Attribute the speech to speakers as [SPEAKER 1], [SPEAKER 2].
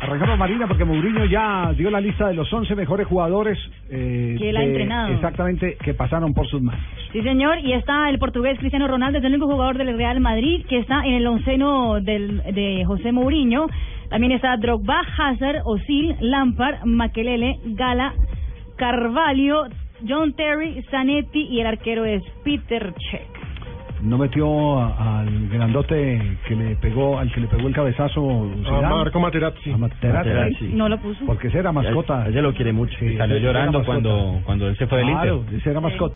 [SPEAKER 1] Arrancamos Marina porque Mourinho ya dio la lista de los 11 mejores jugadores eh,
[SPEAKER 2] Que él ha
[SPEAKER 1] de-
[SPEAKER 2] entrenado.
[SPEAKER 1] Exactamente, que pasaron por sus manos.
[SPEAKER 2] Sí, señor, y está el portugués Cristiano Ronaldo, es el único jugador del Real Madrid que está en el onceno del, de José Mourinho. También está Drogba, Hazard, Osil, Lampard, Makelele, Gala, Carvalho, John Terry, Zanetti y el arquero es Peter Cech.
[SPEAKER 1] No metió a- al grandote que le pegó, al que le pegó el cabezazo.
[SPEAKER 3] Ah,
[SPEAKER 1] Zidane.
[SPEAKER 4] A Marco Materazzi.
[SPEAKER 1] A Materazzi.
[SPEAKER 3] Materazzi.
[SPEAKER 2] No lo puso.
[SPEAKER 1] Porque ese era mascota.
[SPEAKER 3] Ella lo quiere mucho.
[SPEAKER 1] Sí,
[SPEAKER 3] Salió
[SPEAKER 1] ese era
[SPEAKER 3] llorando
[SPEAKER 1] mascota.
[SPEAKER 3] cuando, cuando él se fue del Inter.
[SPEAKER 1] Claro, ese era mascota.